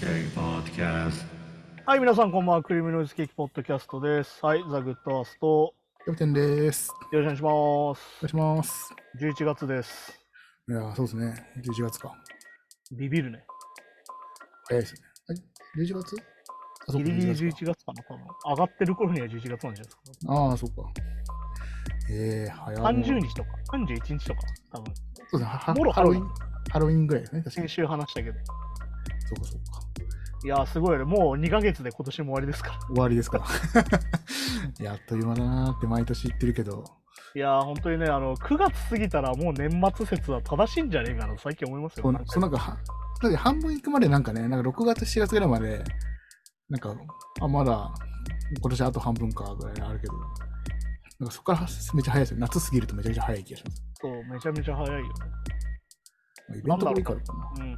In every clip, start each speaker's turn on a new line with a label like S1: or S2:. S1: Cake Podcast.
S2: はい、皆さんこんばんは。クリームノイズケーキポッドキャストです。はい、ザ・グッドアースト。
S3: キャプテンです。お
S2: よろしくお願いし
S3: 願いします。
S2: ます。11月です。
S3: いやー、そうですね。11月か。
S2: ビビるね。
S3: 早いですね。はい、11月あ、そ
S2: ギ
S3: っか、
S2: リギリ
S3: 11月
S2: 11
S3: か。
S2: 月かな、多分。上がってる頃には11月なんじゃないですか。
S3: ああ、そっか。えー、早い。
S2: 30
S3: 日。
S2: 日とか、31日とか、多分。
S3: そうですね。ハ
S2: もろ
S3: ハロウィン。ハロウィンぐらいですね。確か
S2: 先
S3: に。
S2: 週話したけど。
S3: そうか、そうか。
S2: いやー、すごいね。もう2ヶ月で今年も終わりですから。
S3: 終わりですか。 いやあっという間だなーって毎年言ってるけど。
S2: いやー、本当にね、あの、9月過ぎたらもう年末説は正しいんじゃねえかな、最近思いますよ。
S3: そう
S2: なんか
S3: そうなんかは、だって半分行くまでなんかね、なんか6月、7月ぐらいまで、なんか、あ、まだ、今年あと半分かぐらいあるけど、なんかそこからめっちゃ早いですよ。夏過ぎるとめちゃくちゃ早い気がします。
S2: そう、めちゃめちゃ早いよね。
S3: イベントが多いからかな。
S2: うん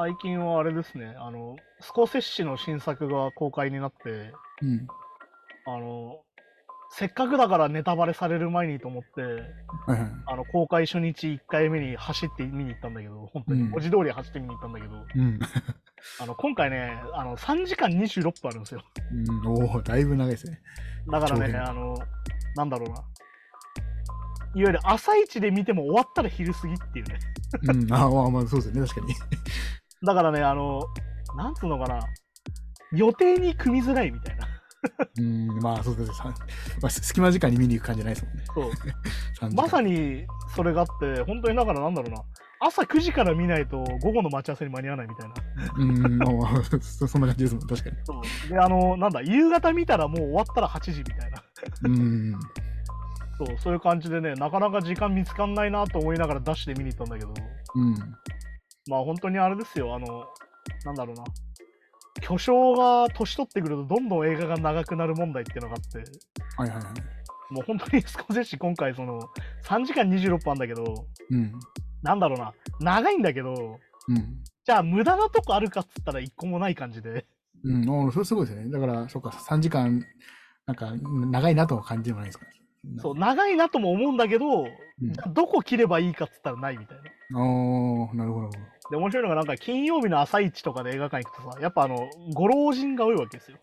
S2: 最近はあれですね、あの、スコセッシの新作が公開になって、
S3: うん。
S2: あの、せっかくだからネタバレされる前にと思って、
S3: はいはい。
S2: あの、公開初日1回目に走って見に行ったんだけど、本当に
S3: うん
S2: 文字通り走って見に行ったんだけど、
S3: うん。
S2: あの、今回ね、あの、3時間26分あるんですよ。
S3: うん、おお、だいぶ長いですね。
S2: だから
S3: 長
S2: ね、
S3: 編
S2: あの、なんだろうな。いわゆる朝一で見ても終わったら昼過ぎっていうね。
S3: うん、 あーまあまあ、そうですね、確かに。
S2: だからね、あの、なんつうのかな、予定に組みづらいみたいな。
S3: うん、まあ、そうですね。さまあ、す隙間時間に見に行く感じじゃ ないですもんね。
S2: そう。
S3: 3時間
S2: まさ。にそれがあって、本当にだからなんだろうな、朝9時から見ないと午後の待ち合わせに間に合わないみたいな。
S3: うん、まあまあ、そそんな感じですもん、確かに。
S2: で、あの、なんだ、夕方見たらもう終わったら8時みたいな。
S3: うん。
S2: そう、そういう感じでね、なかなか時間見つかんないなと思いながらダッシュで見に行ったんだけど、
S3: うん。
S2: まあ本当にあれですよ、あの、なんだろうな。巨匠が年取ってくるとどんどん映画が長くなる問題っていうのがあって、
S3: はいはいはい。
S2: もう本当に スコセッシ今回その3時間26分あんだけど、
S3: うん。
S2: なんだろうな、長いんだけど、
S3: うん。
S2: じゃあ無駄なとこあるかっつったら一個もない感じで。
S3: うん、おーそれすごいですね。だから、そっか、3時間、なんか、長いなとは感じでもないですから。
S2: そう、長いなとも思うんだけど、
S3: ん
S2: じゃあどこ切ればいいかっつったらないみたいな。
S3: おーなるほど。
S2: で、面白いのがなんか金曜日の朝一とかで映画館行くとさ、やっぱあの、ご老人が多いわけですよ。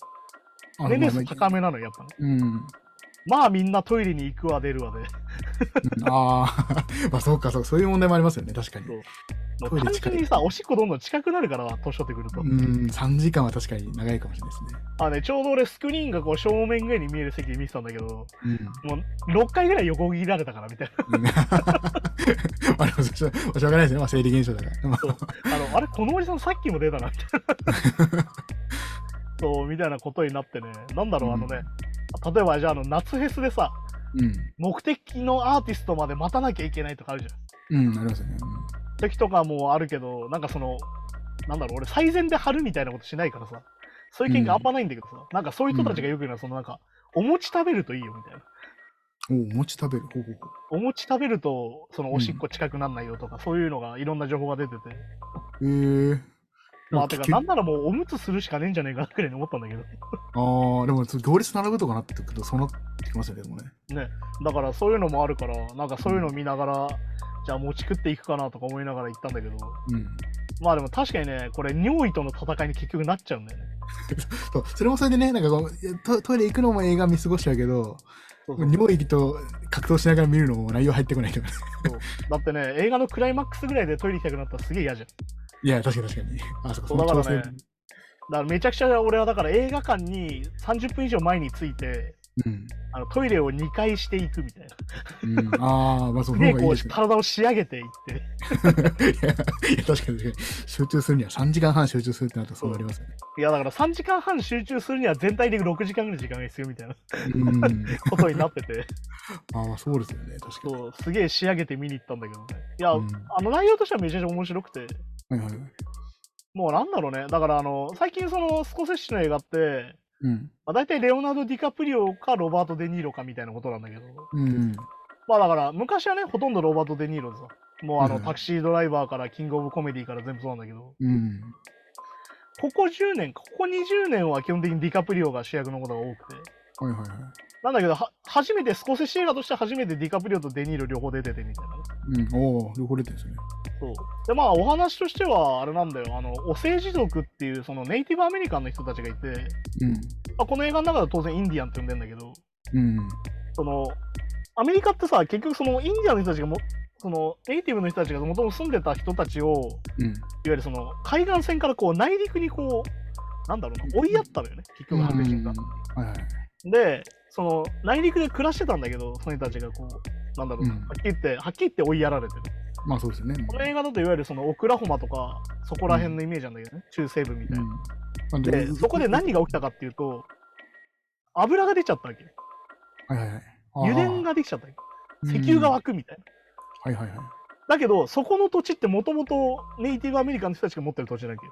S3: あ
S2: 年齢
S3: まあ
S2: 層高めなのよやっぱね。
S3: うん。うん
S2: まあみんなトイレに行くわ出るわで。
S3: あー まあ、そうか、そうそういう問題もありますよね、確かに。
S2: そううも
S3: ト
S2: う
S3: イレ
S2: 単
S3: 近い
S2: 純にさ、おしっこどんどん近くなるから、年取ってくると。
S3: ん、3時間は確かに長いかもしれないですね。
S2: あね、ちょうど俺スクリーンがこう正面ぐらいに見える席で見てたんだけど、
S3: うん
S2: もう6回ぐらい横切られたからみたいな。
S3: うん まあ、でもしょしょうがないですね。まあ、生理現象だから。まあ
S2: そうあの、あれ、このおじさんさっきも出たな、みたいな。 そう、みたいなことになってね。なんだろう、あのね、例えばじゃあ、あの、夏フェスでさ、
S3: うん。
S2: 目的のアーティストまで待たなきゃいけないとかあるじゃ
S3: うん、ありますよね。
S2: ん。時とかもあるけど、なんかその、なんだろう、俺、最善で貼るみたいなことしないからさ、そういう経験あんまないんだけどさ、なんかそういう人たちがよく言うのは、そのなんか、お餅食べるといいよ、みたいな。
S3: うん、おお餅食べる。ほうほうほ
S2: お餅食べると、そのおしっこ近くなんないよとか、そういうのがいろんな情報が出てて。
S3: う。へえー。
S2: まあ、てか、
S3: き
S2: なんならもうおむつするしかねえんじゃねえかな、くらいに思ったんだけど。
S3: ああ、でも、そう行列並ぶとかなってくると、そうなってきますよね、でもね。
S2: ね、だからそういうのもあるから、なんかそういうのを見ながら、じゃあ持ち食っていくかなとか思いながら行ったんだけど、
S3: うん。
S2: まあでも確かにね、これ尿意との戦いに結局なっちゃうんだよね。
S3: そうそれもそれでね、なんかこういやトトイレ行くのも映画見過ごしちゃうけど、
S2: そうそう
S3: 尿意と格闘しながら見るのも内容入ってこないとかね。
S2: だってね、映画のクライマックスぐらいでトイレ行きたくなったらすげえ嫌じゃん。
S3: いや、確かに確かに。あ、そっか、
S2: そうだからね
S3: その
S2: だ
S3: 調整
S2: からめちゃくちゃ俺はだから映画館に30分以上前に着いて、
S3: うん。
S2: あのトイレを2回していくみたいな。
S3: うん、ああ、まあ、そ
S2: す
S3: う、
S2: げ
S3: の
S2: え
S3: 方がい
S2: こ
S3: いうですね。
S2: 体を仕上げていって。
S3: いやいや確かに確かに集中するには3時間半集中するってなるとそうなりますよね。
S2: いやだから3時間半集中するには全体で6時間ぐらい時間が必要みたいな
S3: うん。
S2: ことになって て、
S3: ああまあそうですよね、確かに。
S2: そうすげえ仕上げて見に行ったんだけどね。いや、
S3: うん
S2: あの内容としてはめちゃくちゃ面白くて、
S3: はいはいはい。
S2: もうなんだろうね、だからあの最近そのスコセッシの映画って、
S3: うん。
S2: まあ、大体レオナルド・ディカプリオかロバート・デ・ニーロかみたいなことなんだけど、
S3: うん。
S2: まあだから昔はね、ほとんどロバート・デ・ニーロでさ、もうあの
S3: うん
S2: タクシードライバーからキング・オブ・コメディから全部そうなんだけど、
S3: うん。
S2: ここ10年、ここ20年は基本的にディカプリオが主役のことが多くて、
S3: はいはいはい。
S2: なんだけど、は初めて、スコセシエラとして初めてディカプリオとデニーロ両方出ててみたいなね。
S3: うん、おお、両方出てるんですよね。
S2: そう。で、まあ、お話としては、あれなんだよ。あの、オセージ族っていう、そのネイティブアメリカンの人たちがいて、まあ、この映画の中では当然インディアンって呼んでんだけど、
S3: うん、うん、
S2: その、アメリカってさ、結局そのインディアンの人たちがも、そのネイティブの人たちがもともと住んでた人たちを、
S3: うん。
S2: いわゆるその海岸線からこう内陸にこう、なんだろうな、追いやったのよね、結局白人が。
S3: うんはいはい。
S2: で、その内陸で暮らしてたんだけど、その人たちがこう、なんだろうな、
S3: うん
S2: はっきり言って、はっきり言って追いやられてる。
S3: まあそうですよね。
S2: この映画だといわゆるそのオクラホマとか、そこら辺のイメージなんだけどね、中西部みたいな。
S3: うん
S2: で、そこで何が起きたかっていうと、油が出ちゃったわけよ。
S3: はいはいはい。あー
S2: 油田ができちゃったわけ。石油が湧くみたいな。
S3: うんはいはいはい。
S2: だけど、そこの土地ってもともとネイティブアメリカンの人たちが持ってる土地だけど。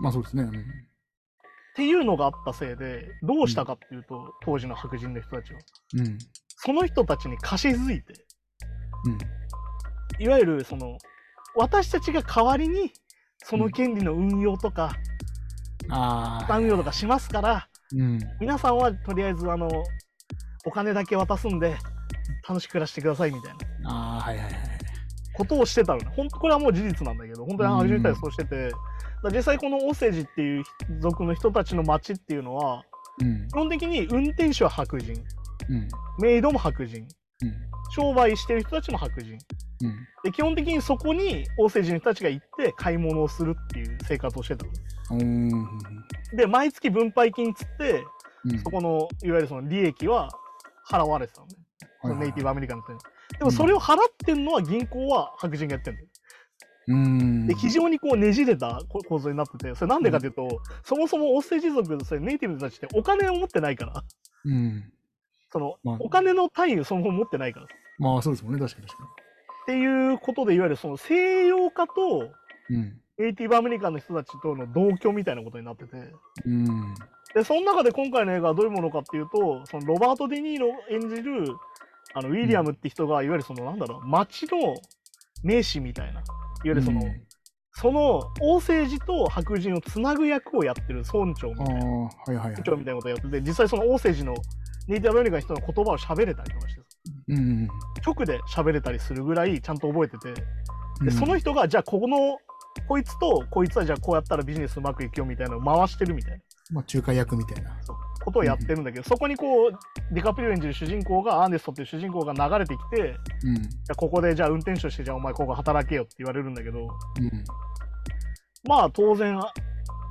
S3: まあそうですね。うん
S2: っていうのがあったせいで、どうしたかっていうと、当時の白人の人たちは。
S3: うん。
S2: その人たちに貸し付いて、
S3: うん。
S2: いわゆるその、私たちが代わりに、その権利の運用とか、
S3: ああ。
S2: 運用とかしますから、
S3: うん。
S2: 皆さんはとりあえずあのお金だけ渡すんで楽しく暮らしてくださいみたいな
S3: ああ、はいはいはい。
S2: ことをしてたのね本当これはもう事実なんだけど本当に初めたりそうしてて、だから実際このオセジっていう族の人たちの町っていうのは
S3: うん
S2: 基。本的に運転手は白人
S3: うん。
S2: メイドも白人
S3: うん。
S2: 商売してる人たちも白人
S3: うん。
S2: で基本的にそこにオセジの人たちが行って買い物をするっていう生活をしてたの
S3: うん。
S2: で毎月分配金つって
S3: うん
S2: そこのいわゆるその利益は払われてたのねそのネイティブアメリカンの人に。でもそれを払ってんのは銀行は白人がやってるのよ。
S3: うん。
S2: で、非常にこうねじれたこ構造になってて、それなんでかっていうと、そもそもオステージ族、それネイティブの人たちってお金を持ってないから、
S3: うん。
S2: その、
S3: まあ
S2: お金の単位をそのまま持ってないから。っ
S3: まあそうですもんね、確かに確か
S2: ていうことで、いわゆるその西洋化と
S3: に。うん。
S2: ネイティブアメリカンの人たちとの同居みたいなことになってて、
S3: うん。
S2: で、その中で今回の映画はどういうものかっていうと、そのロバート・デ・ニーロ演じる、あの、ウィリアムって人が、いわゆるその、なんだろう、街の名士みたいな、いわゆるその、
S3: うん
S2: その王政治と白人をつなぐ役をやってる村長み
S3: あ
S2: たいな、
S3: あ、はいはいはい
S2: 村。長みたいなことをやってて、実際その王政治のネイティブアメリカンの人の言葉を喋れたりとかして、
S3: うん。
S2: 直で喋れたりするぐらいちゃんと覚えてて、
S3: うん
S2: でその人が、じゃあここの、こいつとこいつはじゃあこうやったらビジネスうまくいくよみたいなのを回してるみたいな
S3: まあ仲介役みたいな。
S2: ことをやってるんだけど、そこにこう、ディカプリオ演じる主人公が、アーネストっていう主人公が流れてきて、じゃ
S3: うん。
S2: あここでじゃあ運転手として、じゃあお前ここ働けよって言われるんだけど、
S3: うん。
S2: まあ当然あ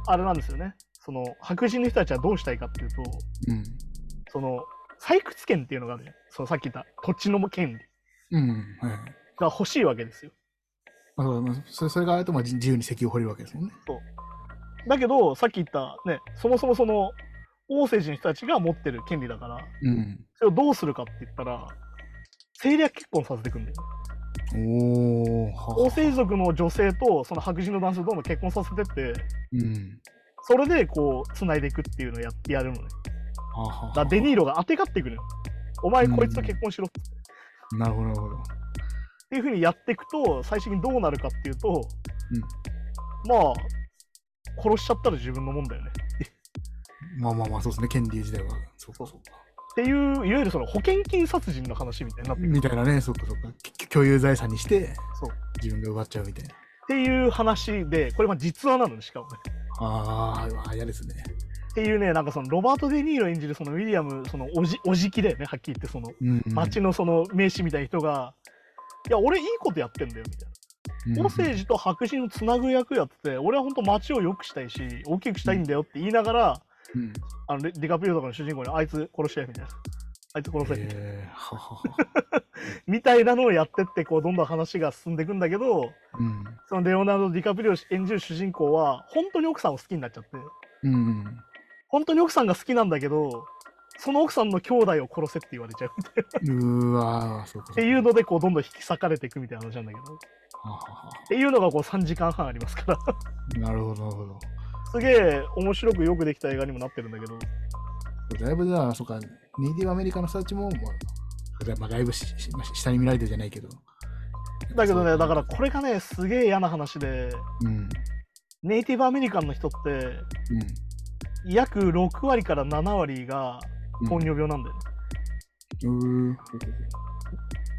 S2: あれなんですよねその白人の人たちはどうしたいかっていうと
S3: うん。
S2: その採掘権っていうのがあるじゃんそのさっき言った土地の権利
S3: うん。はいはい。
S2: が欲しいわけですよ
S3: まあそうまあそれそれがあるとまあじ自由に石油を掘れるわけですもんね。
S2: だけどさっき言ったねそもそもその王政治の人たちが持ってる権利だから
S3: うん。
S2: それをどうするかって言ったら政略結婚させてくんだよ
S3: おお、
S2: 王
S3: は。
S2: 政族の女性とその白人の男性をどんどん結婚させてって
S3: うん。
S2: それでこう繋いでいくっていうのをやってやるのね
S3: はは
S2: だからデニーロがあてがってくるのよお前こいつと結婚しろって
S3: なるほど、なるほど。
S2: っていうふうにやっていくと最終的にどうなるかっていうと、
S3: うん
S2: まあ殺しちゃったら自分のもんだよね
S3: まあまあまあ、そうですね、権利自体は。そうか、そうか。
S2: っていういわゆるその保険金殺人の話みたいになってくる
S3: みたいなね、そうか、そうか。き共有財産にして、
S2: そうっ
S3: 自分が奪っちゃうみたいな。
S2: ていう話でこれまあ実話なのにしかもね
S3: あーあ、嫌ですね。
S2: っていうねなんかそのロバート・デ・ニーロ演じるそのウィリアムそのおじおじきだよねはっきり言ってその
S3: うん、うん。
S2: 町のその名士みたいな人が「いや俺いいことやってんだよ」みたいな。
S3: うん
S2: オセージと白人をつなぐ役やってて俺は本当町を良くしたいし大きくしたいんだよって言いながら、
S3: うん。
S2: あのレディカプリオとかの主人公にあいつ殺してみたいな。あいつ殺せ、
S3: えー、ははは。
S2: みたいなのをやってってこうどんどん話が進んでいくんだけど
S3: うん。
S2: そのレオナルド・ディカプリオ演じる主人公は本当に奥さんを好きになっちゃって
S3: うん。
S2: 本当に奥さんが好きなんだけどその奥さんの兄弟を殺せって言われちゃうみたいなっ
S3: うーわー、そうか。そう
S2: て
S3: か
S2: いう。のでこうどんどん引き裂かれていくみたいな話なんだけどっ
S3: ははは
S2: ていうのがこう3時間半ありますから
S3: なるほど、なるほど。
S2: すげえ面白くよくできた映画にもなってるんだけど
S3: だいぶじゃあ、そうか、ネイティブアメリカの人たちも、まあ、だまあ、だいぶししまあ下に見られてるじゃないけど。
S2: だけどねだからこれがねすげえ嫌な話で
S3: うん。うん。
S2: ネイティブアメリカンの人って約6割から7割が
S3: うん
S2: 糖尿病なんだよね、
S3: うん。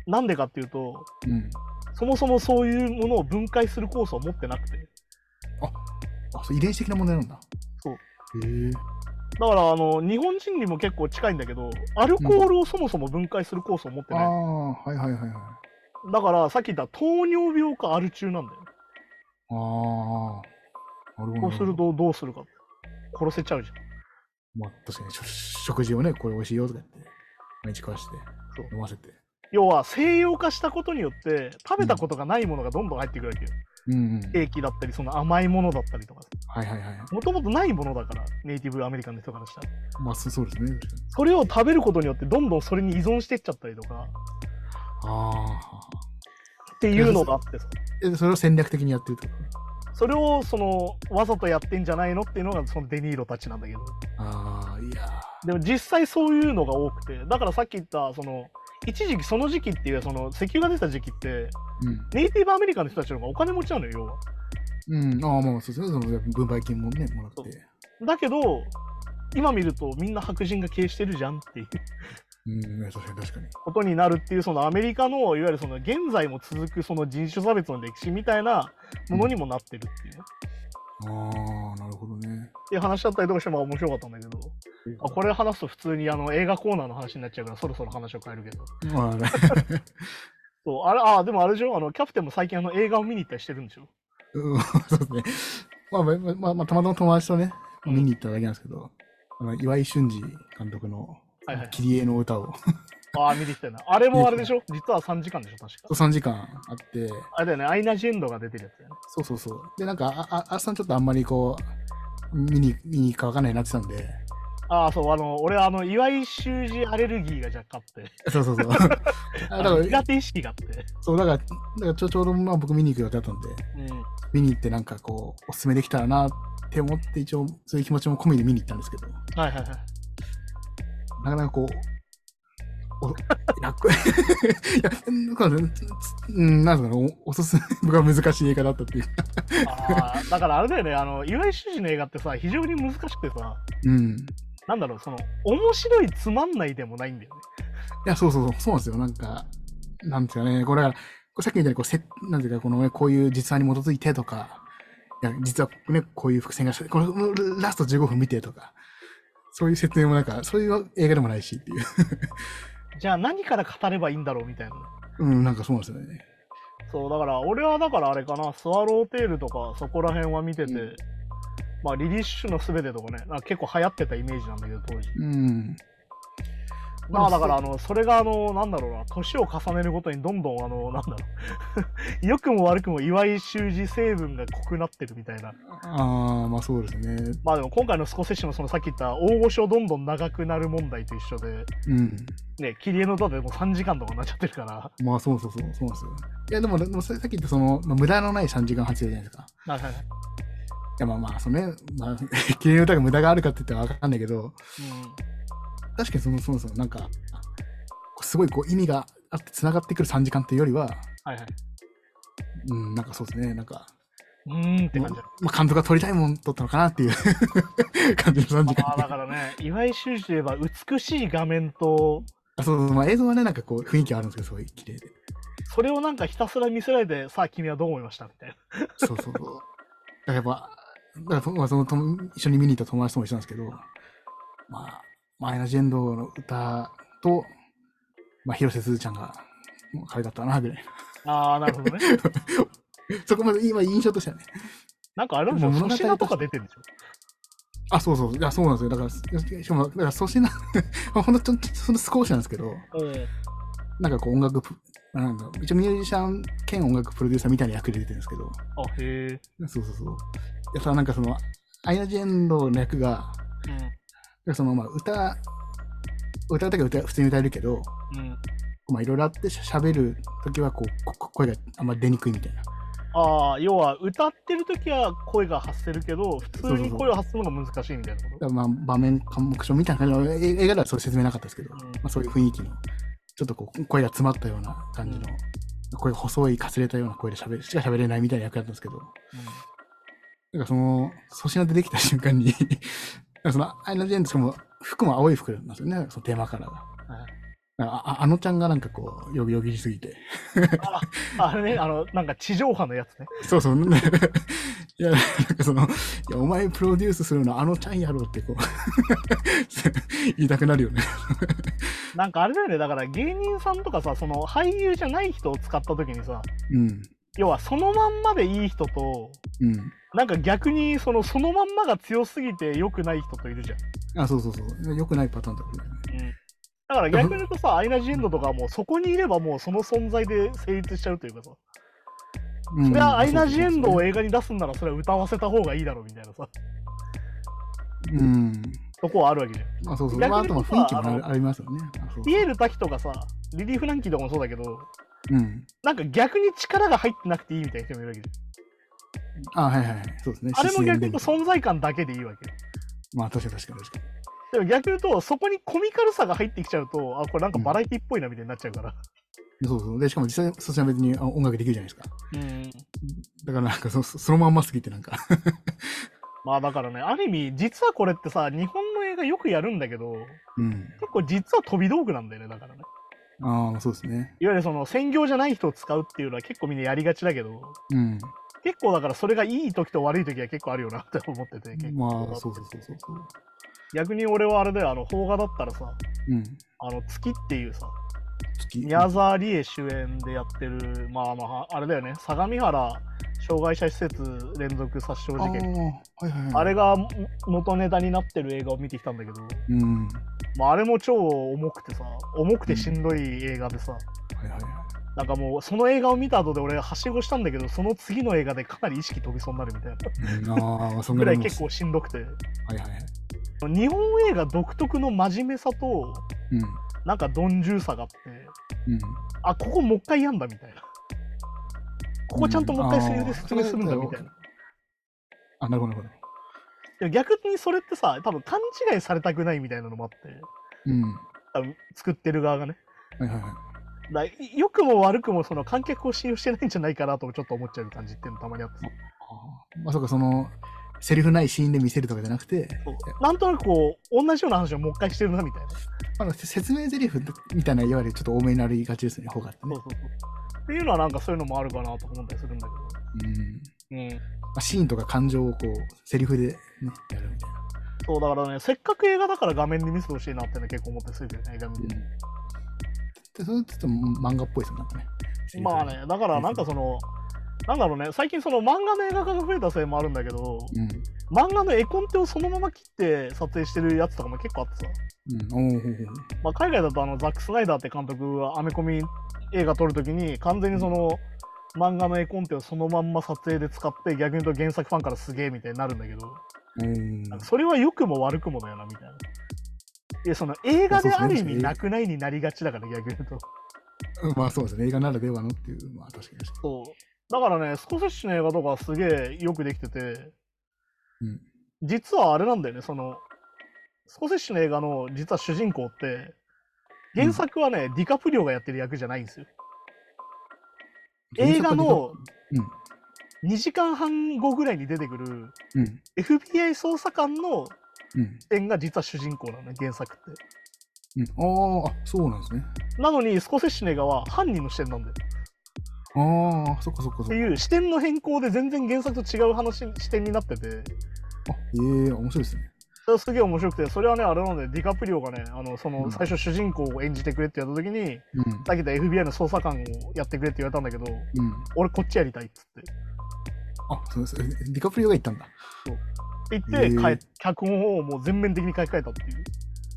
S2: なんでかっていうと、
S3: うん。
S2: そもそもそういうものを分解する酵素を持ってなくて。
S3: あ、そう遺伝子的な問題なんだ。
S2: そう。
S3: へえ。
S2: だから、あの、日本人にも結構近いんだけど、アルコールをそもそも分解する酵素を持って
S3: あ
S2: ない。
S3: あ、はいはいはいはい。あ
S2: だから、さっき言った糖尿病かアル中なんだよ。
S3: あ。なるほ
S2: こ
S3: ど。
S2: うする。とどうするか。殺せちゃうじゃん。
S3: まあ、確かに、しょ食事をね、これ美味しいよとか言って、毎日食わして
S2: そう、
S3: 飲ませて。
S2: 要は西洋化したことによって食べたことがないものがどんどん入ってくるわけよ、
S3: うんうん。
S2: ケーキだったりその甘いものだったりとか
S3: はいはいはい。
S2: もともとないものだからネイティブアメリカンの人からしたら
S3: まあ、そうそうですね。確かに
S2: それを食べることによってどんどんそれに依存してっちゃったりとか
S3: ああ。
S2: っていうのがあってさ
S3: え、それを戦略的にやってるってこ
S2: それをそのわざとやってんじゃないのっていうのがそのデニーロたちなんだけど
S3: とああ、いや
S2: でも実際そういうのが多くてだからさっき言ったその一時期その時期っていうその石油が出た時期って
S3: ー。うん。
S2: ネイティブアメリカの人たちの方がお金持ちなのよ要は
S3: うん、ああ、まあ、そうですね。その分配金もね、もらって。
S2: だけど今見るとみんな白人が経営してるじゃんっていう
S3: うん、ね確かに確かに。
S2: ことになるっていうそのアメリカのいわゆるその現在も続くその人種差別の歴史みたいなものにもなってるっていう,、っ
S3: ああ、なるほどね。
S2: ていう話だったりとかしてまあ面白かったんだけどあこれ話すと普通にあの映画コーナーの話になっちゃうからそろそろ話を変えるけど
S3: まあ、 ね、
S2: そうあれあでもあれでしょあのキャプテンも最近あの映画を見に行ったりしてるんでしょ
S3: うんそうですね。まあ、まあまあ、まあ、たまたま友達とね、
S2: うん
S3: 見に行っただけなんですけど、あの岩井俊二監督の
S2: はいはい、
S3: 切り絵の歌を、
S2: ああ見てきたよなあれもあれでしょ実は3時間でしょ確 か
S3: 3時間あって、
S2: あれだよねアイナ・ジ・エンドが出てるやつだよね
S3: そうそうそう。で、なんか、あああっさんちょっとあんまりこう、見に見に行くかわかんないなってたんで、
S2: ああそうあの俺はあの岩井修二アレルギーが若干あって
S3: そうそうそう。 あだ
S2: あの
S3: から
S2: 苦、手意識があって。
S3: そう、だから、だからちょちょうどまあ僕見に行く予定だったんで、見に行ってなんかこうおすすめできたらなって思って一応そういう気持ちも込みで見に行ったんですけどな
S2: はいはいはい。
S3: かなかこうお 楽いやなんかねつうんなんですかねおおすすめが難しい映画だったっていうか
S2: ああ、だからあれだよね、あの、岩井主人の映画ってさ、非常に難しくてさ、
S3: うんい
S2: なんだろう、その、面白いつまんないでもないんだよね。
S3: やそうそうそうそうなんですよなんかなんですかねこれはさっきみたいにこうせなんていうかこの、ね、こういう実話に基づいてとかいや実はねこういう伏線がしてこのラスト15分見てとかそういう説明もなんかそういう映画でもないしっていう
S2: じゃあ何から語ればいいんだろうみたいな。
S3: うんなんかそうなんですよね
S2: そう、だから俺はだからあれかな、スワローテールとかそこら辺は見てて、
S3: うん
S2: まあリリッシュのすべてとかね、なんか結構流行ってたイメージなんだけど、当時。
S3: うん。
S2: まあだから、あ
S3: そう、
S2: の、それがあの、なんだろうな、年を重ねるごとにどんどん、あの、なんだろう、 良くも悪くも岩井修二成分が濃くなってるみたいな。
S3: ああ、まあそうですね。
S2: まあでも今回のスコセッシのそのさっき言った大御所どんどん長くなる問題と一緒で、
S3: うん。
S2: ね、切り絵の歌でもう3時間とかになっちゃってるから。
S3: まあそうそうそう、そうなんですよ。いや、でも、でもささっき言ったその、まあ無駄のない3時間8じゃないですか。
S2: はいはいはい。
S3: いや、まあまあ、そのね、まあ、 綺麗な歌が無駄があるかって言ったらわかんないけど、確かにその、そのその、なんか、すごいこう意味があって繋がってくる3時間っていうよりは、
S2: はいはい。
S3: うん、なんかそうですね、なんか、
S2: うーんって感じだ。
S3: まあ、監督が撮りたいもん撮ったのかなっていう 感じの3時間。
S2: ああだからね、岩井修二といえば美しい画面と、
S3: あそうそう、まあ映像はね、なんかこう雰囲気あるんですけど、すごい綺麗で。
S2: それをなんかひたすら見せられて、さあ君はどう思いましたみたいな。
S3: そうそうそう。だからやっぱ、だからまあそのと一緒に見に行った友達とも一緒なんですけど、まあ、マイナジェンドの歌と、まあ、広瀬すずちゃんが、もう可愛かったな、ぐらいな。
S2: ああ、なるほどね。
S3: そこまで今、印象としてはね。
S2: なんかあれなんです
S3: もう
S2: よ、
S3: 物
S2: 粗品
S3: 語として
S2: とか出てるんでしょ。
S3: あ、そうそう、いや、そうなんですよ。だから、しかも、だから粗品、 まあほんのちょっと、その少しなんですけど、なんかこう、音楽プ、まあなんだろう一応ミュージシャン兼音楽プロデューサーみたいな役で出てるんですけど、
S2: あ、へえ。
S3: そうそうそう。いやさ、なんかその、アイナジェンドの役が、でそのまあ歌歌う時は歌普通に歌えるけど
S2: うん。うん。
S3: まあいろいろあってしゃしゃべる時はこうここ声があんま出にくいみたいな
S2: ああ、要は歌ってる時は声が発せるけど、普通
S3: そうそう
S2: に
S3: そう
S2: 声を発するのが難しいみたいなこと
S3: だからまあ場面感目症みたいな感じのえ映画ではそういう説明なかったですけど、
S2: うん
S3: まあ、そういう雰囲気のちょっとこう声が詰まったような感じの、声細いかすれたような声でしゃべるしか喋れないみたいな役だったんですけどなんかその粗品でできた瞬間に なんかそのアイナ・ジ・エンドしかも服も青い服なんですよねそのテーマカラーが。
S2: うんはい
S3: なんかあああのちゃんがなんかこう、よぎよぎしすぎて。
S2: あれね、あの、なんか地上波のやつね。
S3: そう そう。ねいや、なんかその、いや、お前プロデュースするのあのちゃんやろってこう 言いたくなるよね。
S2: なんかあれだよね、だから芸人さんとかさ、その俳優じゃない人を使った時にさ、
S3: うん。
S2: 要はそのまんまでいい人と、
S3: うん。
S2: なんか逆にそのそのまんまが強すぎて良くない人といるじゃん。
S3: あ、そうそうそう。よくないパターンだよね。
S2: だから逆に言うとさ、アイナ・ジ・エンドとかはもうそこにいればもうその存在で成立しちゃうというかさ、
S3: うん
S2: それはアイナ・ジ・エンドを
S3: そう
S2: 映画に出すんならそれは歌わせた方がいいだろうみたいなさ、
S3: そうそううん。
S2: とこはあるわけじゃん。
S3: まあそうそう。
S2: 逆に
S3: まああとまあ雰囲気も
S2: あ
S3: あ
S2: の
S3: るありますよね。あそう
S2: ピエール滝とかさ、リリー・フランキーとかもそうだけど、
S3: うん。
S2: なんか逆に力が入ってなくていいみたいな人もいるわけじ
S3: あ、はいはいはい。そうですね。
S2: ゃん。あれも
S3: 視線
S2: 逆
S3: で
S2: に言うと存在感だけでいいわけよ。
S3: まあ確かに確かに確か
S2: でも逆に言うと、そこにコミカルさが入ってきちゃうと、あ、これなんかバラエティっぽいなみたいになっちゃうから。
S3: に。そうそう。で、しかも実際、そちら別にあ音楽できるじゃないですか。
S2: うん。
S3: だからなんかそ、そそのまんますぎてなんか。
S2: まあだからね、ある意味、実はこれってさ、日本の映画よくやるんだけど、
S3: うん。
S2: 結構実は飛び道具なんだよね、だからね。
S3: ああ、そうですね。
S2: いわゆるその専業じゃない人を使うっていうのは結構みんなやりがちだけど、
S3: うん。
S2: 結構だからそれがいい時と悪い時は結構あるよなって思ってて、結構
S3: まあ、そうそうそうそうそう。
S2: 逆に俺はあれだよ、あの、邦画だったらさ、
S3: うん。
S2: あの、月っていうさ、
S3: 月。
S2: 宮沢りえ主演でやってる、まああの、あれだよね、相模原障害者施設連続殺傷
S3: ああ
S2: 事
S3: ー、
S2: 件。
S3: はいはいはい。
S2: あれがも元ネタになってる映画を見てきたんだけど、
S3: うん。は
S2: まあ、あれも超重くてさ、重くてしんどい映画でさ、
S3: いはいはい。
S2: なんかもうその映画を見た後で俺はしごしたんだけど、その次の映画でかなり意識飛びそうになるみたいな
S3: うんああ、そん
S2: ぐ
S3: ぐ
S2: ら
S3: ら
S2: い
S3: い
S2: 結
S3: 構。
S2: 構しんどくて。
S3: はいはいはい。
S2: 日本映画独特の真面目さと、
S3: うん。
S2: なんかどんじゅうさがあって、
S3: うん。
S2: あ、ここもう一回やんだみたいな。ここちゃんともう一回セリフで説明するんだみたいな。
S3: あ、なるほどなるほ
S2: でも逆にそれってさ、多分勘違いされたくないみたいなのもあって、
S3: ど。うん。は
S2: 多分作ってる側がね。
S3: いはいはい。
S2: だ良くも悪くもその観客を信用してないんじゃないかなともちょっと思っちゃう感じっていうのたまにあってさ
S3: あーまあ、そうか、その、セリフないシーンで見せるとかじゃなくて、
S2: なんとなくこう同じような話をもう一回してるなみたいなそう
S3: まあ、せ説明セリフみたいな、いわゆるちょっと多めになりがちですね、方があって
S2: そ
S3: ね
S2: う。そうっていうのはなんかそういうのもあるかなと思ったりするんだ
S3: うん。
S2: けど、うん、
S3: まあ、シーンとか感情をこう、セリフでね、やるみたいな。
S2: そうだからねせっかく映画だから画面で見せてほしいなってね結構思ってするけどね映画見てて、
S3: でそれちょっと漫画っぽいですね、なんかね。セリフ
S2: まあ。ねだからなんかそのなんだろうね最近その漫画の映画化が増えたせいもあるんだけど漫画の絵コンテをそのまま切って撮影してるやつとかも結構あってさ、
S3: うん。うん。おーほうほうほう
S2: まあ、海外だとあのザック・スナイダーって監督はアメコミ映画撮るときに完全にその漫画の絵コンテをそのまんま撮影で使って逆に言うと原作ファンからすげえみたいになるんだけど
S3: うん。
S2: なんかそれは良くも悪くもだよなみたいな。いやその映画である意
S3: そうそう
S2: 味
S3: そう
S2: なくないになりがちだから逆に言うと。
S3: まあそうですね、映画ならではのっていう、まあ確かに確か
S2: そうだからねスコセッシュの映画とかはすげえよくできてて
S3: に。うん。
S2: 実はあれなんだよねそのスコセッシュの映画の実は主人公って原作はね、ディカプリオがやってる役じゃないんですよ。映画の2時間半後ぐらいに出てくる
S3: うん。うん。
S2: FBI 捜査官の
S3: うん。
S2: 点が実は主人公なの原作って。
S3: うん、あーあ、そうなんですね。
S2: なのにスコセッシュの映画は犯人の視点なんだよ。
S3: ああ、そっかそっかそっ
S2: って
S3: か。あ、え
S2: いう視点の変更で全然原作と違う話視点になってて
S3: え面白いですね。
S2: それはすげえ面白くてそれはねあれなのでディカプリオがねあのその
S3: うん
S2: 最初主人公を演じてくれってやった時に、
S3: うん。
S2: さっき言った FBI の捜査官をやってくれって言われたんだけど
S3: うん、
S2: 俺こっちやりたいっつって
S3: あそうです。ディカプリオが言ったんだ。
S2: って言って、
S3: へえ
S2: 変え脚本をもう全面的に書き換えたっていう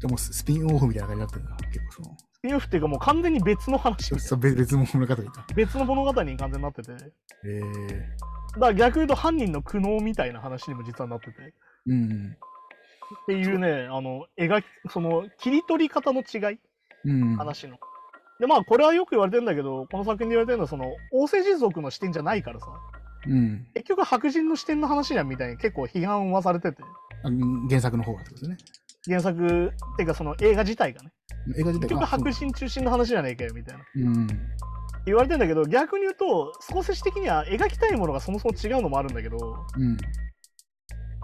S3: でもスピンオフみたいな感じになってるんだ。結構その
S2: スピンオフっていうかもう完全に別の話
S3: ちょそう、別別の物語か。
S2: 別の物語に完全になっててだか
S3: ええ
S2: ら逆に言うと犯人の苦悩みたいな話にも実はなっててっ
S3: うん。
S2: ていうねあの描きその切り取り方の違い
S3: うん。
S2: 話の。でまあこれはよく言われてんだけどこの作品で言われてるのはその王政氏族の視点じゃないからさ
S3: うん。
S2: 結局白人の視点の話やんみたいに結構批判はされてて
S3: あうん原作の方がってことですね。
S2: 原作っていうかその映画自体がね
S3: 映画
S2: 結
S3: 自体
S2: 局
S3: が。
S2: 白人中心の話じゃねえかよみたいな
S3: うん。
S2: 言われてんだけど逆に言うとスコセッシ的には描きたいものがそもそも違うのもあるんだけど
S3: うん。
S2: だ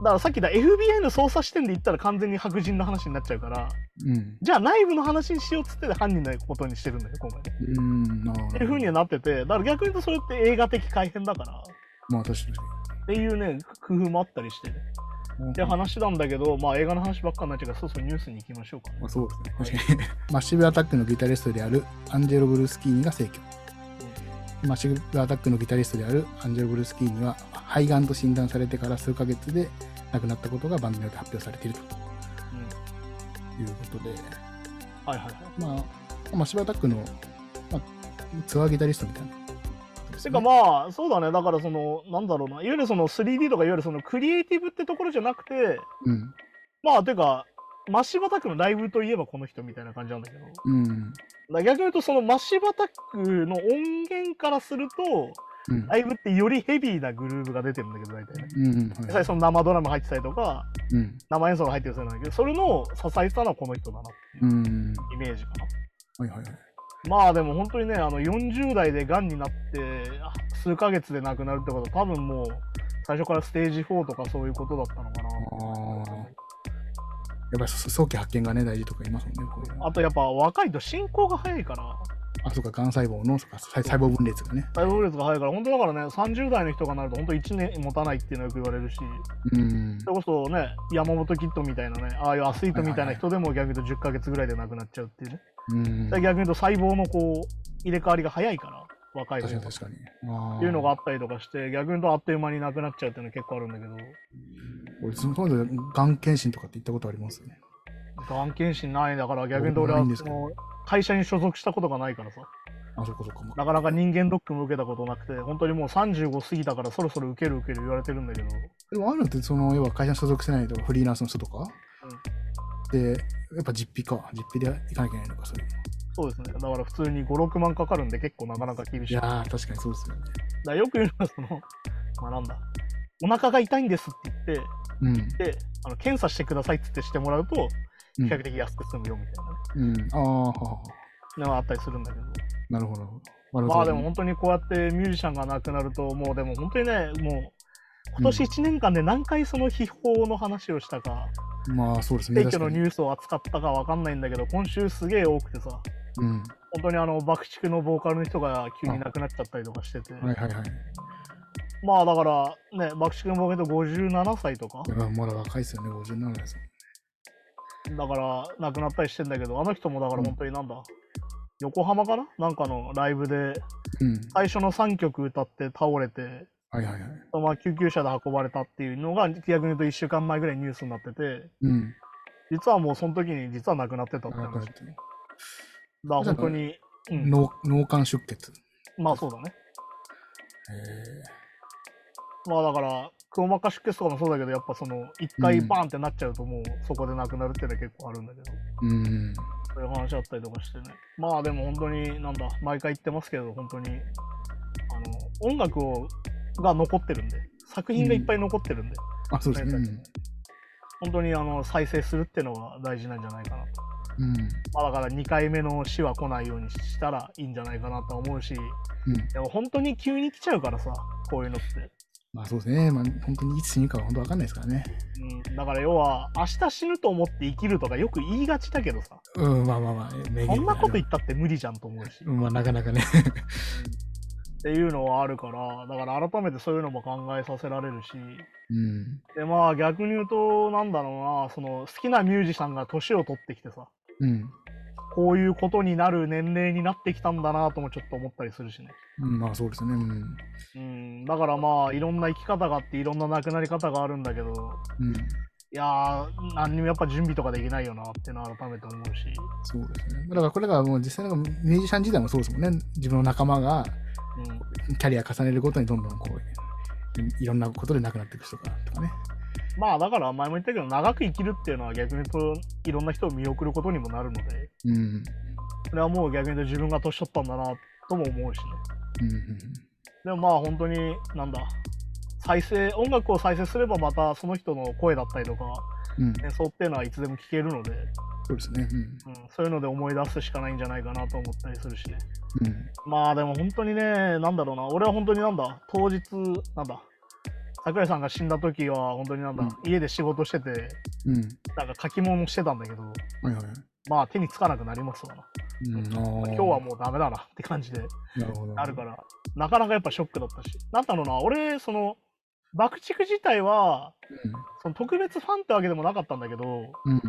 S2: からさっきだ FBI の捜査視点で言ったら完全に白人の話になっちゃうから
S3: うん。
S2: じゃあ内部の話にしようっつって犯人のことにしてるんだよ今回ね
S3: うん、まあ。
S2: っていう風にはなっててだから逆に言うとそれって映画的改変だから
S3: まあ、確
S2: っていうね工夫もあったりしてね
S3: かに。
S2: って話なんだけどまあ映画の話ばっかになっちゃうからそうそうニュースに行きましょうかね
S3: まあ、そうです ね。確かに。マッシブアタックのギタリストであるアンジェロ・ブルースキーニが逝去。マッシブアタックのギタリストであるアンジェロ・ブルースキーニは肺がんと診断されてから数ヶ月で亡くなったことが番組で発表されていると
S2: うん
S3: いうことで、
S2: はいはいはい
S3: まあ、マッシブアタックの、まあ、ツアーギタリストみたいな。
S2: てかまあそうだねだからそのなんだろうないわゆるその 3D とかいわゆるそのクリエイティブってところじゃなくて
S3: うん。
S2: まあてかマッシバタックのライブといえばこの人みたいな感じなんだけどだか
S3: うん。
S2: ら逆に言うとそのマッシバタックの音源からすると
S3: うん。
S2: ライブってよりヘビーなグルーブが出てるんだけど大体ね
S3: うん。
S2: 実
S3: はい
S2: 際その生ドラム入ってたりとか
S3: うん。
S2: 生演奏が入ってるせいなんだけどそれの支えてたのはこの人だなっていう
S3: うん。
S2: イメージかな
S3: はいはいはい。
S2: まあでも本当にねあの40代でがんになってあ数ヶ月で亡くなるってことは多分もう最初からステージ4とかそういうことだったのか
S3: あ
S2: な
S3: やっぱりそ早期発見がね、大事とか言いますもんね。こういうの
S2: あとやっぱ若いと進行が早いから
S3: あ、そうか、がん細胞の、そうか、細細胞分裂がね。
S2: 細胞率が早いから本当だからね30代の人がなると本当1年持たないっていうのはよく言われるし
S3: うん。
S2: それこそね山本キッドみたいなねああいうアスリートみたいな人でも逆に言うと10ヶ月ぐらいで亡くなっちゃうっていうね、
S3: うん。
S2: 逆に言うと細胞のこう入れ替わりが早いから若い
S3: 確か
S2: 方
S3: に
S2: が
S3: 確かに。あ
S2: っていうのがあ
S3: あ
S2: っ。たりとかして逆に言うとあっという間になくなっちゃうっていうのは結構あるんだけど
S3: 俺、その今度、がん検診とかって行ったことありますよね。
S2: がん検診ないだから逆に言うと俺
S3: ない
S2: は
S3: んですか
S2: もう会社に所属したことがないからさ
S3: あ、そこそこ。
S2: なかなか人間ドックも受けたことなくて本当にもう35過ぎたからそろそろ受ける受ける言われてるんだけど
S3: でも、ああいうのって、その、要は会社に所属してないと、フリーランスの人とか。で、やっぱ実費か。実費で行かなきゃいけないのか、それ。
S2: そうですねだから普通に56万かかるんで結構なかなか厳し
S3: い
S2: い
S3: や
S2: だか
S3: ー、確かにそうですよね。
S2: らよく言うのはそのまあなんだお腹が痛いんですって言っ
S3: うん。
S2: てであの検査してくださいって言ってしてもらうと
S3: う
S2: 比
S3: ん
S2: 較的安く済むよみたいなね、
S3: うん。ああ、ははは
S2: のがあったりするんだけど
S3: なるほどなるほど。
S2: まあでも、本当にこうやってミュージシャンが亡くなると、もうでも本当にね、もう今年1年間で何回その秘宝の話をしたか、
S3: まあ、そうですね。
S2: 提挙の
S3: 確か
S2: ニ
S3: に
S2: ュースを扱ったかわかんないんだけど、今週すげえ多くてさ、
S3: うん。
S2: 本当にあの爆竹のボーカルの人が急に亡くなっちゃったりとかしてて、
S3: はいはいはい。
S2: まあだからね、爆竹のボーカルの人57歳とか、
S3: だからまだ若いですよね、57ですもん。
S2: だから亡くなったりしてんだけど、あの人もだから本当になんだ、横浜かななんかのライブで、
S3: うん。
S2: 最初の3曲歌って倒れて、
S3: はいはいはい。
S2: まあ、救急車で運ばれたっていうのが逆に言うと1週間前ぐらいにニュースになってて
S3: うん。
S2: 実はもうその時に実は亡くなってたって
S3: な
S2: 話
S3: んか
S2: だから本当に、うん、
S3: 脳脳幹出血。
S2: まあそうだね
S3: へ
S2: まあだからくも膜下出血とかもそうだけどやっぱその1回バーンってなっちゃうともうそこで亡くなるっていうのは結構あるんだけど
S3: え。うん。
S2: そういう話あったりとかしてねまあでも本当になんだ毎回言ってますけど本当にあの音楽をが残ってるんで作品がいっぱい残ってるんで、
S3: あ、そうですね。
S2: 本当にあの再生するっていうのが大事なんじゃないかなと。
S3: うん。うん。
S2: まあ、だから2回目の死は来ないようにしたらいいんじゃないかなとは思うし
S3: うん。
S2: でも本当に急に来ちゃうからさこういうのって、
S3: まあそうですね。まあ本当にいつ死ぬかは本当わかんないですからね。
S2: うん、だから要は明日死ぬと思って生きるとかよく言いがちだけどさ
S3: うん、まあまあまあ、名
S2: そんなこと言
S3: っ
S2: ったって無理じゃんと思うし
S3: まあなかなかね。
S2: っていうのはあるからだから改めてそういうのも考えさせられるし
S3: うん。
S2: でまあ逆に言うとなんだろうなその好きなミュージシャンが年を取ってきてさ
S3: うん。
S2: こういうことになる年齢になってきたんだなともちょっと思ったりするしね。
S3: うんまあそうですね。うん。うん。
S2: うん、だからまあいろんな生き方があっていろんな亡くなり方があるんだけどいやー何にもやっぱ準備とかできないよなっていうのは改めて思うし、
S3: そうですね。だからこれがもう実際のミュージシャン時代もそうですもんね。自分の仲間が
S2: うん、
S3: キャリア重ねるごとにどんどんこう、いろんなことで亡くなっていく人がとかね。
S2: まあだから前も言ったけど長く生きるっていうのは逆に言うといろんな人を見送ることにもなるので
S3: うん。
S2: それはもう逆に言うと自分が年取ったんだなとも思うしね
S3: うんうん
S2: でもまあ本当になんだ再生音楽を再生すればまたその人の声だったりとか
S3: うん。うん。
S2: 演奏っていうのはいつでも聴けるので、
S3: そうですね。
S2: うん、そういうので思い出すしかないんじゃないかなと思ったりするしね
S3: うん。うん。
S2: まあでも本当にね、なんだろうな、俺は本当になんだ、当日、なんだ、桜井さんが死んだ時は本当になんだ、
S3: う
S2: 家で仕事してて
S3: うん。
S2: なんか書き物してたんだけど
S3: はいはい。
S2: まあ手につかなくなりますわな、
S3: うん、
S2: まあ
S3: 今
S2: 今日はもうダメだなって感じで
S3: う、なるほど。
S2: あるから、なかなかやっぱショックだったしなんだろうな俺その爆竹自体はその特別ファンってわけでもなかったんだけど
S3: うん。うん。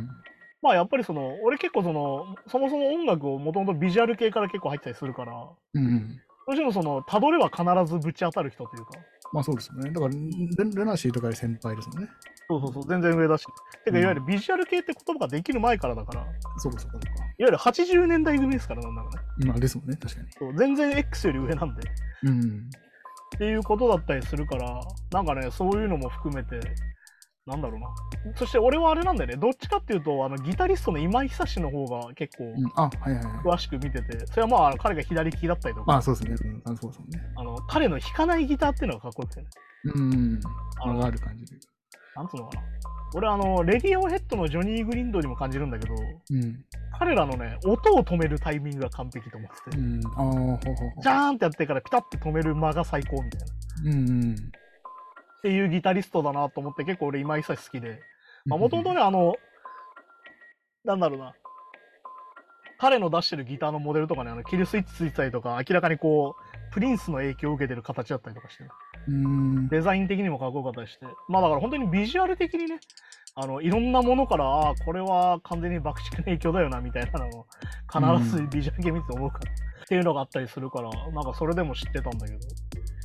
S2: まあやっぱりその俺結構そのそもそも音楽をもともとビジュアル系から結構入ってたりするからど
S3: うん。
S2: うしてもそのたどれば必ずぶち当たる人というか
S3: まあそうですよね。だから、ルルナシーとかで先輩ですもんね。
S2: そうそうそう全然上だし、て
S3: う
S2: か
S3: ん
S2: いわゆるビジュアル系って言葉ができる前からだからいわ
S3: そうかそうかそうか。
S2: ゆる80年代組ですからなんだろうね
S3: まあですもんね、確かに。
S2: そう全然 X より上なんで
S3: うん。
S2: っていうことだったりするからなんかねそういうのも含めてなんだろうなそして俺はあれなんだよねどっちかっていうとあのギタリストの今井久志の方が結構
S3: うん、あ、はいはいは
S2: 詳
S3: い。
S2: しく見ててそれはまああの彼が左利きだったりとか、
S3: まあそうですね。うん、あそうですもんね。
S2: あの彼の弾かないギターっていうのがかっこよくてね
S3: うん。
S2: あ
S3: 間
S2: の
S3: がある感じで。
S2: なんつうのかな俺あのレディオヘッドのジョニー・グリンドにも感じるんだけど
S3: うん。
S2: 彼らのね音を止めるタイミングが完璧と思ってて、
S3: うん。ああ、ほうほうほう。
S2: ジャーンってやってからピタッて止める間が最高みたいな
S3: うんうん。
S2: っていうギタリストだなと思って結構俺今井久志好きで
S3: うん
S2: もともとね、あの、なんだろうな、彼の出してるギターのモデルとかね、あのキルスイッチついてたりとか、明らかにこう、プリンスの影響を受けてる形だったりとかして、
S3: うん。
S2: デザイン的にもかっこよかったりして、まあだから本当にビジュアル的にね、あのいろんなものから、ああ、これは完全に爆竹の影響だよなみたいなのを、必ずビジュアル系見てて思うから、っていうのがあったりするから、なんかそれでも知ってたんだけど、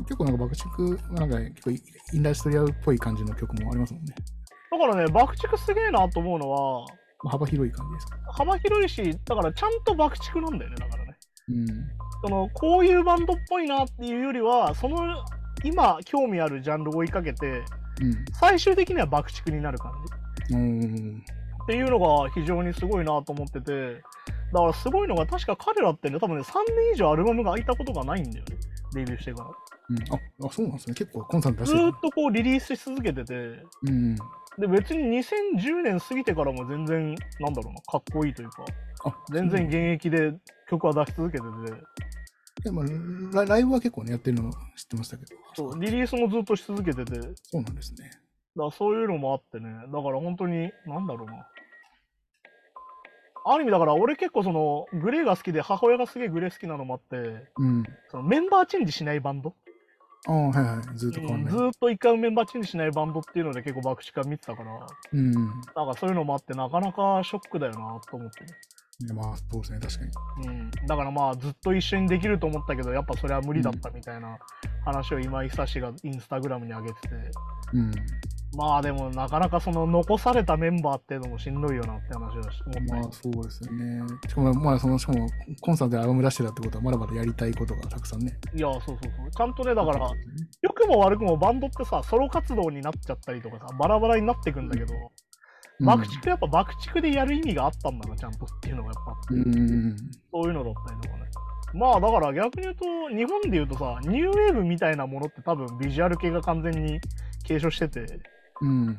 S3: 結構なんか爆竹、なんか結構インダストリアルっぽい感じの曲もありますもんね。
S2: だからね、爆竹すげえなと思うのは、
S3: まあ、幅広い感じですか。
S2: 幅広いし、だからちゃんと爆竹なんだよね、だからね。
S3: うん。
S2: そのこういうバンドっぽいなっていうよりはその今興味あるジャンルを追いかけて最終的には爆竹になる感じ
S3: うん。うん。
S2: っていうのが非常にすごいなと思っててだからすごいのが確か彼らってね多分ね3年以上アルバムが空いたことがないんだよねデビューしてか
S3: うん、ああそうなんですね。結構コンサート
S2: ら
S3: 出し
S2: ず
S3: てる
S2: ーっ。とこうリリースし続けてて
S3: うん。
S2: で別に2010年過ぎてからも全然なんだろうなかっこいいというか
S3: あ
S2: 全然。現役で曲は出し続けてて
S3: でもラライブは結構ね、やってるの知ってましたけど。
S2: そうリリースもずっとし続けてて
S3: そうなんです
S2: だ
S3: ね。
S2: からそういうのもあってね、だから本当に、なんだろうな。ある意味だから俺結構そのグレーが好きで母親がすげえグレー好きなのもあって
S3: うん。
S2: そのメンバーチェンジしないバンド、
S3: ああ、はいはい。ずっと変わ
S2: うんん
S3: ない。
S2: ずーっと一回もメンバーチェンジしないバンドっていうので結構爆竹は見てたからな
S3: うん。
S2: んかそういうのもあってなかなかショックだよなと思ってね、
S3: いやまあ、そうですね、確かに。
S2: うん、だからまあずっと一緒にできると思ったけどやっぱそれは無理だったみたいな話を今井久志がインスタグラムに上げてて
S3: うん。
S2: まあでもなかなかその残されたメンバーっていうのもしんどいよなって話はし思ったり
S3: まあ、そうですよね。しかも、まあ、その、しかも、コンサートでアルバム出してたってことは、まだまだやりたいことがたくさんね。
S2: いや、そうそうそう。ちゃんとね、だから、
S3: うん
S2: 良くも悪くもバンドってさ、ソロ活動になっちゃったりとかさ、バラバラになってくんだけど、爆竹やっぱ爆竹でやる意味があったんだな、ちゃんとっていうのがやっぱ、
S3: うん。
S2: そういうのだったりとかね。まあだから逆に言うと、日本で言うとさ、ニューウェーブみたいなものって多分ビジュアル系が完全に継承してて、
S3: うん。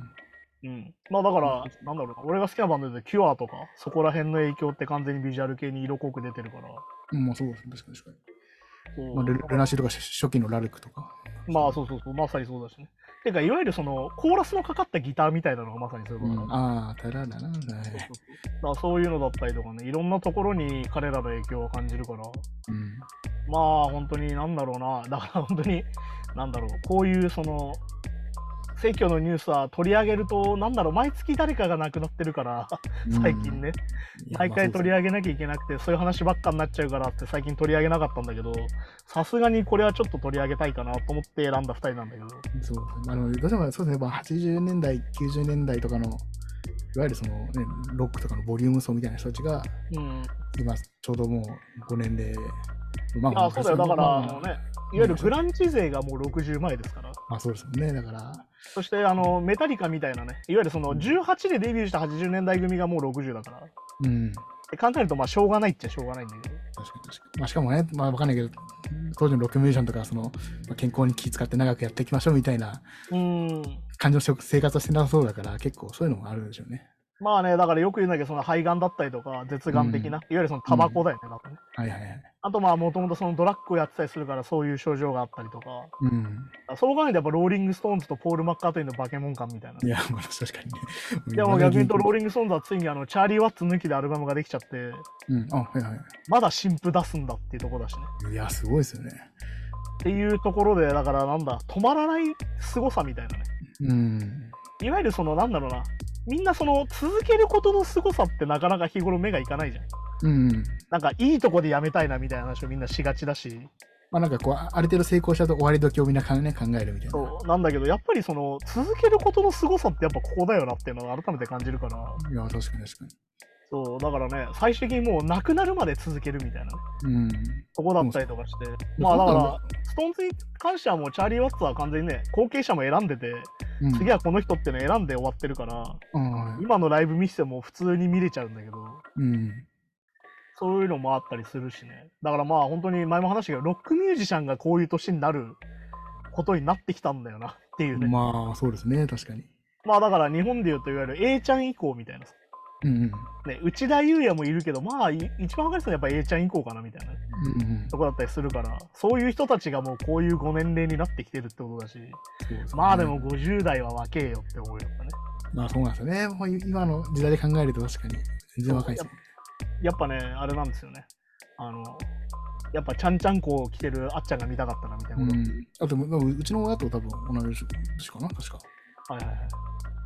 S2: うん。まあだから、なんだろうな、俺が好きなバンドで言うと、キュアとか、そこら辺の影響って完全にビジュアル系に色濃く出てるから。
S3: うん、まあ、そうですね、確かに確かに。
S2: そう
S3: まあ、ルルナシーとか初初期のラルクとか。
S2: まあそうそうそう、まさにそうだしね。てか、いわゆるそのコーラスのかかったギターみたいなのがまさにそういう
S3: う
S2: ことだ
S3: ん、
S2: な。
S3: ああ、たらだ
S2: そうそ
S3: な。はい
S2: うそうだからそういうのだったりとかね、いろんなところに彼らの影響を感じるから、
S3: うん。
S2: まあ本当になんだろうな、だから本当に、なんだろう、こういうその、選挙のニュースは取り上げると、なんだろう、毎月誰かが亡くなってるから、最近ね、
S3: いや。
S2: 毎回取り
S3: 上
S2: 上げなきゃいけなくて、そういう話ばっかになっちゃうからって、最近取り上げなかったんだけど、さすがにこれはちょっと取り上げたいかなと思って選んだ2人なんだけど。
S3: げそうですね。あの、どうしても、そうですね、まあ、80年代、90年代とかの、いわゆるその、ね、ロックとかのボリューム層みたいな人たちが、
S2: うん
S3: 今、ちょうどもう5年で、ま
S2: あそうだよ、だから、あのね、いわゆるグ
S3: ン
S2: ランチ勢がもう60前ですから、
S3: まあそうですよね、だから、
S2: そしてあのメタリカみたいなね、いわゆるその18でデビューした80年代組がもう60だから、
S3: うん、
S2: で考えると、まあ、しょうがないっちゃしょうがないんだけど、
S3: 確かに確かに。まあしかもね、まあわかんないけど、当時のロックミュージシャンとか、その、まあ、健康に気遣って長くやっていきましょうみたいな
S2: うーん、
S3: 感じの食生活をしてなさそうだから、結構そういうのもあるんでしょうね。
S2: まあね、だからよく言うんだけど、その肺がんだったりとか、舌がん的な、いわゆるそのタバコだよね、多分ね。
S3: はいはいはい。
S2: あとまあ、もともとそのドラッグをやってたりするから、そういう症状があったりとか、
S3: うん。
S2: そう考えるとやっぱローリング・ストーンズとポール・マッカートニーのバケモン感みたいな。
S3: い
S2: い
S3: や、まあ確かにね。
S2: やもう逆に言うと、ロー
S3: リ
S2: リング・ストーンズはついにあの、チャーリー・ワッツ抜きでアルバムができちゃって、
S3: うん、あ、はいは
S2: まだ新譜出すんだっていうところだしね。
S3: い。いや、すごいですよね。
S2: っていうところで、だからなんだ、止まらない凄さみたいなね。
S3: うん。
S2: いわゆるその、なんだろうな、みんなその、続けることの凄さってなかなか日頃目がいかないじゃん。
S3: うん。
S2: なんか、いいとこでやめたいなみたいな話をみんなしがちだし、
S3: まあなんかこう、あある程度成功したと終わり時をみんなかんね考えるみたいな。
S2: そうなんだけどやっぱりその続けることの凄さってやっぱここだよなっていうのを改めて感じるから
S3: いや、確かに確か
S2: そうだからね最終的にもうなくなるまで続けるみたいなね
S3: に。うん。
S2: とこだったりとかしてまあだからストーンズに関してはもうチャーリー・ワッツは完全にね後継者も選んでて
S3: うん、
S2: 次はこの人っていうの選んで終わってるから
S3: うんはい
S2: 今のライブ見せても普通に見れちゃうんだけど
S3: うん。
S2: そういうのもあったりするしねだからまあ本当に前も話したけどロックミュージシャンがこういう年になることになってきたんだよなっていうね
S3: まあ、そうですね、確かに。
S2: まあだから日本でいうといわゆる A ちゃん以降みたいなさ
S3: うんうん。
S2: ね、内田裕也もいるけど、まあ、い一番分かりやすいのはやっぱ A ちゃん以降かなみたいな
S3: うんうん。
S2: とこだったりするから、そういう人たちがもうこういうご年齢になってきてるってことだし、
S3: そうすね
S2: まあでも50代は若えよって思うよね。
S3: まあそうなんですよね。もう今の時代で考えると確かに全然若いですね。
S2: やっぱね、あれなんですよね。あの、やっぱちゃんちゃんこを着てるあっちゃんが見たかったなみたいな
S3: う
S2: こと。
S3: ん。あと、まあうちの親と多分同じ年かな、確か。
S2: はいはいはい。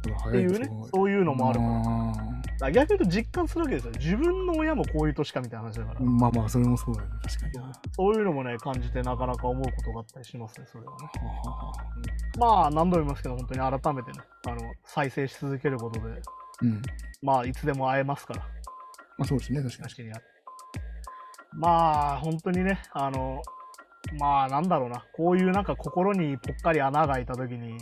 S3: だか
S2: って
S3: ら早
S2: い
S3: いう
S2: ね、そういうのもあるから。だ
S3: ら。
S2: から逆に言うと実感するわけですよ。自分の親もこういう年かみたいな話だから。
S3: まあまあ、それもそうだよね、確かに。は
S2: そういうのもね、感じてなかなか思うことがあったりしますね、それはね。
S3: あはあはあ
S2: まあ何度も言いますけど、本当に改めてね、あの再生し続けることで、
S3: うん。
S2: まあいつでも会えますから、
S3: まあそうですね、確かに
S2: 確。かに。まあ本当にね、あの、まあなんだろうな、こういうなんか心にぽっかり穴が開いた時に、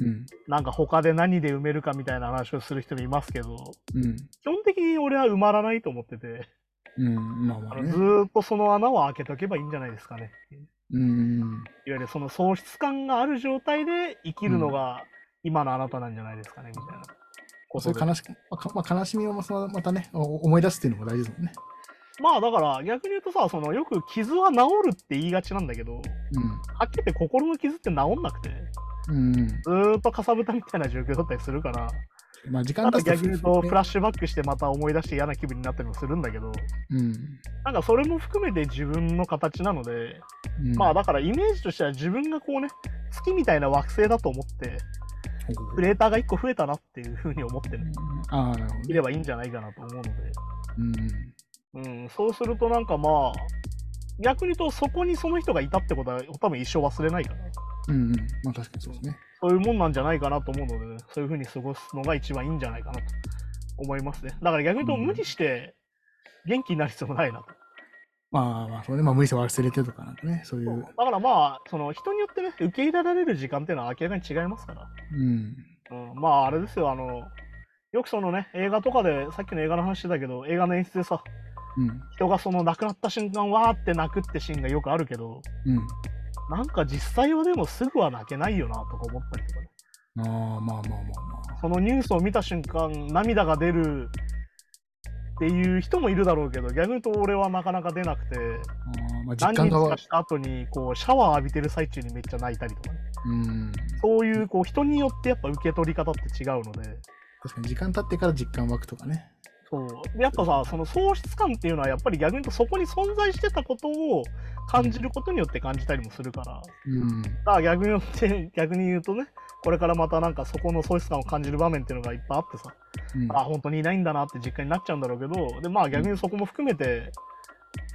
S3: うん。
S2: なんか他で何で埋めるかみたいな話をする人もいますけど、
S3: うん。
S2: 基本的に俺は埋まらないと思ってて、
S3: うん。まあま
S2: あ
S3: あ
S2: の
S3: ね
S2: ず。ーっとその穴を開けとけばいいんじゃないですかねっていう。
S3: うん。
S2: いわゆるその喪失感がある状態で生きるのが今のあなたなんじゃないですかね、みたいなこと
S3: そう
S2: で
S3: いう。悲し,、まあかまあ、悲しみをまたまたね、お思い出すっていうのも大事ですもんね。
S2: まあだから逆に言うとさそのよく傷は治るって言いがちなんだけどはっきり言って心の傷って治んなくて
S3: うん。うん。
S2: ずーっとかさぶたみたいな状況だったりするから
S3: まあ時間
S2: あと
S3: 経つ
S2: 逆に言うとフ
S3: ラ
S2: ラッシュバックしてまた思い出して嫌な気分になったりもするんだけど
S3: うん。
S2: なんかそれも含めて自分の形なので
S3: うん
S2: まあだからイメージとしては自分がこうね月みたいな惑星だと思ってクレーターが1個増えたなっていう風に思ってね
S3: ああ、なるほど
S2: い
S3: ね。
S2: ればいいんじゃないかなと思うので
S3: うん。
S2: うん、そうするとなんかまあ、逆に言うとそこにその人がいたってことは多分一生忘れないから、
S3: うんうん、まあ確かにそうですね。
S2: そういうもんなんじゃないかなと思うので、ね、そういう風に過ごすのが一番いいんじゃないかなと思いますね。だから逆に言うと
S3: うん
S2: 無理して元気になる必要もないなと。
S3: まあまあ、それで、まあ無理して忘れてとかなんかね、そういう。
S2: だからまあ、その人によってね、受け入れられる時間っていうのは明らかに違いますから。
S3: うん。
S2: うん、まああれですよ、あの、よくそのね、映画とかで、さっきの映画の話してたけど、映画の演出でさ、
S3: うん。
S2: 人がその亡くなった瞬間、わーって泣くってシーンがよくあるけど、
S3: うん。
S2: なんか実際はでもすぐは泣けないよなとか思ったりとかね。
S3: ああ、まあまあまあまあ。
S2: そのニュースを見た瞬間、涙が出るっていう人もいるだろうけど、逆に言うと俺はなかなか出なくて、
S3: あーまあ実
S2: 何
S3: 感
S2: 日
S3: が
S2: か
S3: わ
S2: した後にこうシャワー浴びてる最中にめっちゃ泣いたりとかね。
S3: うん。
S2: そういうこう人によってやっぱ受け取り方って違うので、
S3: 確かに時間経ってから実感湧くとかね。
S2: そう。でやっぱさ、その喪失感っていうのはやっぱり逆に言うとそこに存在してたことを感じることによって感じたりもするから、
S3: うん。
S2: だから逆によって 逆に言うとねこれからまたなんかそこの喪失感を感じる場面っていうのがいっぱいあってさ、
S3: うん、
S2: あ本当にいないんだなって実感になっちゃうんだろうけどでまあ逆にそこも含めて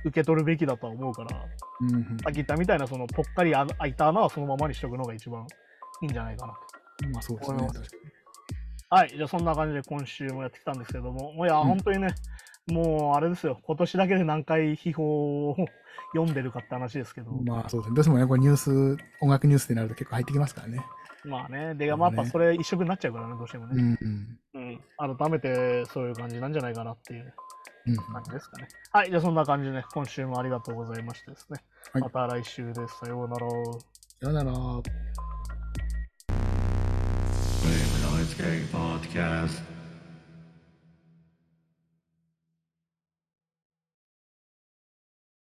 S2: 受け取るべきだとは思うからさ
S3: うんうん
S2: っき言ったみたいなそのぽっかりあ開いた穴はそのままにしておくのが一番いいんじゃないかなと。
S3: まあそうですね。
S2: これ
S3: 確
S2: は
S3: か
S2: はい、じゃあそんな感じで今週もやってきたんですけども、もういや、
S3: うん
S2: 本当にね、もうあれですよ、今年だけで何回秘宝を読んでるかって話ですけど、
S3: に。まあそうですね。どうしてもね、こうニュース、音楽ニュースってなると結構入ってきますからね。
S2: まあね、で、まあ、やっぱそれ一色になっちゃうからね、どうしてもね。
S3: うん
S2: う
S3: うん。
S2: ん、改めてそういう感じなんじゃないかなっていう
S3: うんうん、
S2: 感じですかね。はい、じゃあそんな感じでね、今週もありがとうございましてですね。
S3: はい
S2: また来週です。さようなら。
S3: さよなら。
S1: Flame and Ice Gang Podcast.